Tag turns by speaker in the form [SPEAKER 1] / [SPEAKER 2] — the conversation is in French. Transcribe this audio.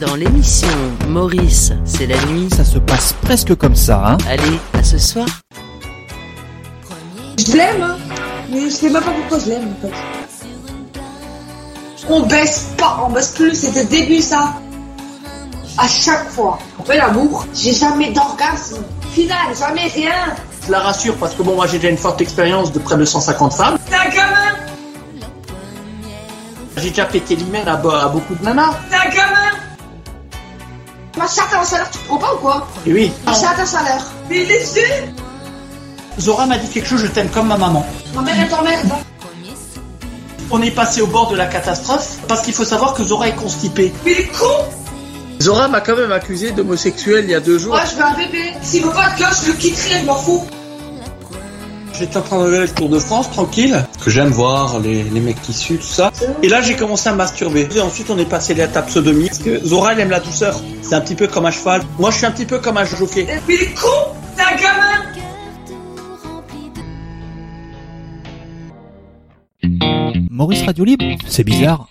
[SPEAKER 1] Dans l'émission Maurice, c'est la nuit.
[SPEAKER 2] Ça se passe presque comme ça, hein
[SPEAKER 1] Allez, à ce soir.
[SPEAKER 3] Je l'aime, hein, mais je sais même pas pourquoi je l'aime en fait. On baisse pas, on baisse plus, c'était début ça. À chaque fois, on fait l'amour, j'ai jamais d'orgasme. Final, jamais rien.
[SPEAKER 4] Je la rassure parce que bon, moi j'ai déjà une forte expérience de près de 150 femmes.
[SPEAKER 3] C'est un gamin,
[SPEAKER 4] J'ai déjà pété l'hymen à, bo- à beaucoup de nanas.
[SPEAKER 3] c'est un gamin. Ma chatte à la chaleur, tu te prends pas ou quoi
[SPEAKER 4] Et oui.
[SPEAKER 3] Ma chatte à la chaleur. Mais les yeux
[SPEAKER 4] Zora m'a dit quelque chose, je t'aime comme ma maman.
[SPEAKER 3] Ma mère, elle t'emmerde. hein.
[SPEAKER 4] On est passé au bord de la catastrophe parce qu'il faut savoir que Zora est constipée.
[SPEAKER 3] Mais les cons
[SPEAKER 4] Zora m'a quand même accusé d'homosexuel il y a deux jours.
[SPEAKER 3] Moi, je veux un bébé. S'il veut pas de gosse, je le quitterai, je m'en fous.
[SPEAKER 4] J'étais en train de regarder le Tour de France, tranquille. Que j'aime voir les, les mecs qui suent, tout ça. Et là, j'ai commencé à masturber. Et ensuite, on est passé à la table sodomie. Parce que Zora, elle aime la douceur. C'est un petit peu comme un cheval. Moi, je suis un petit peu comme un jockey.
[SPEAKER 3] Mais les cons C'est un gamin
[SPEAKER 2] Maurice Radio Libre C'est bizarre.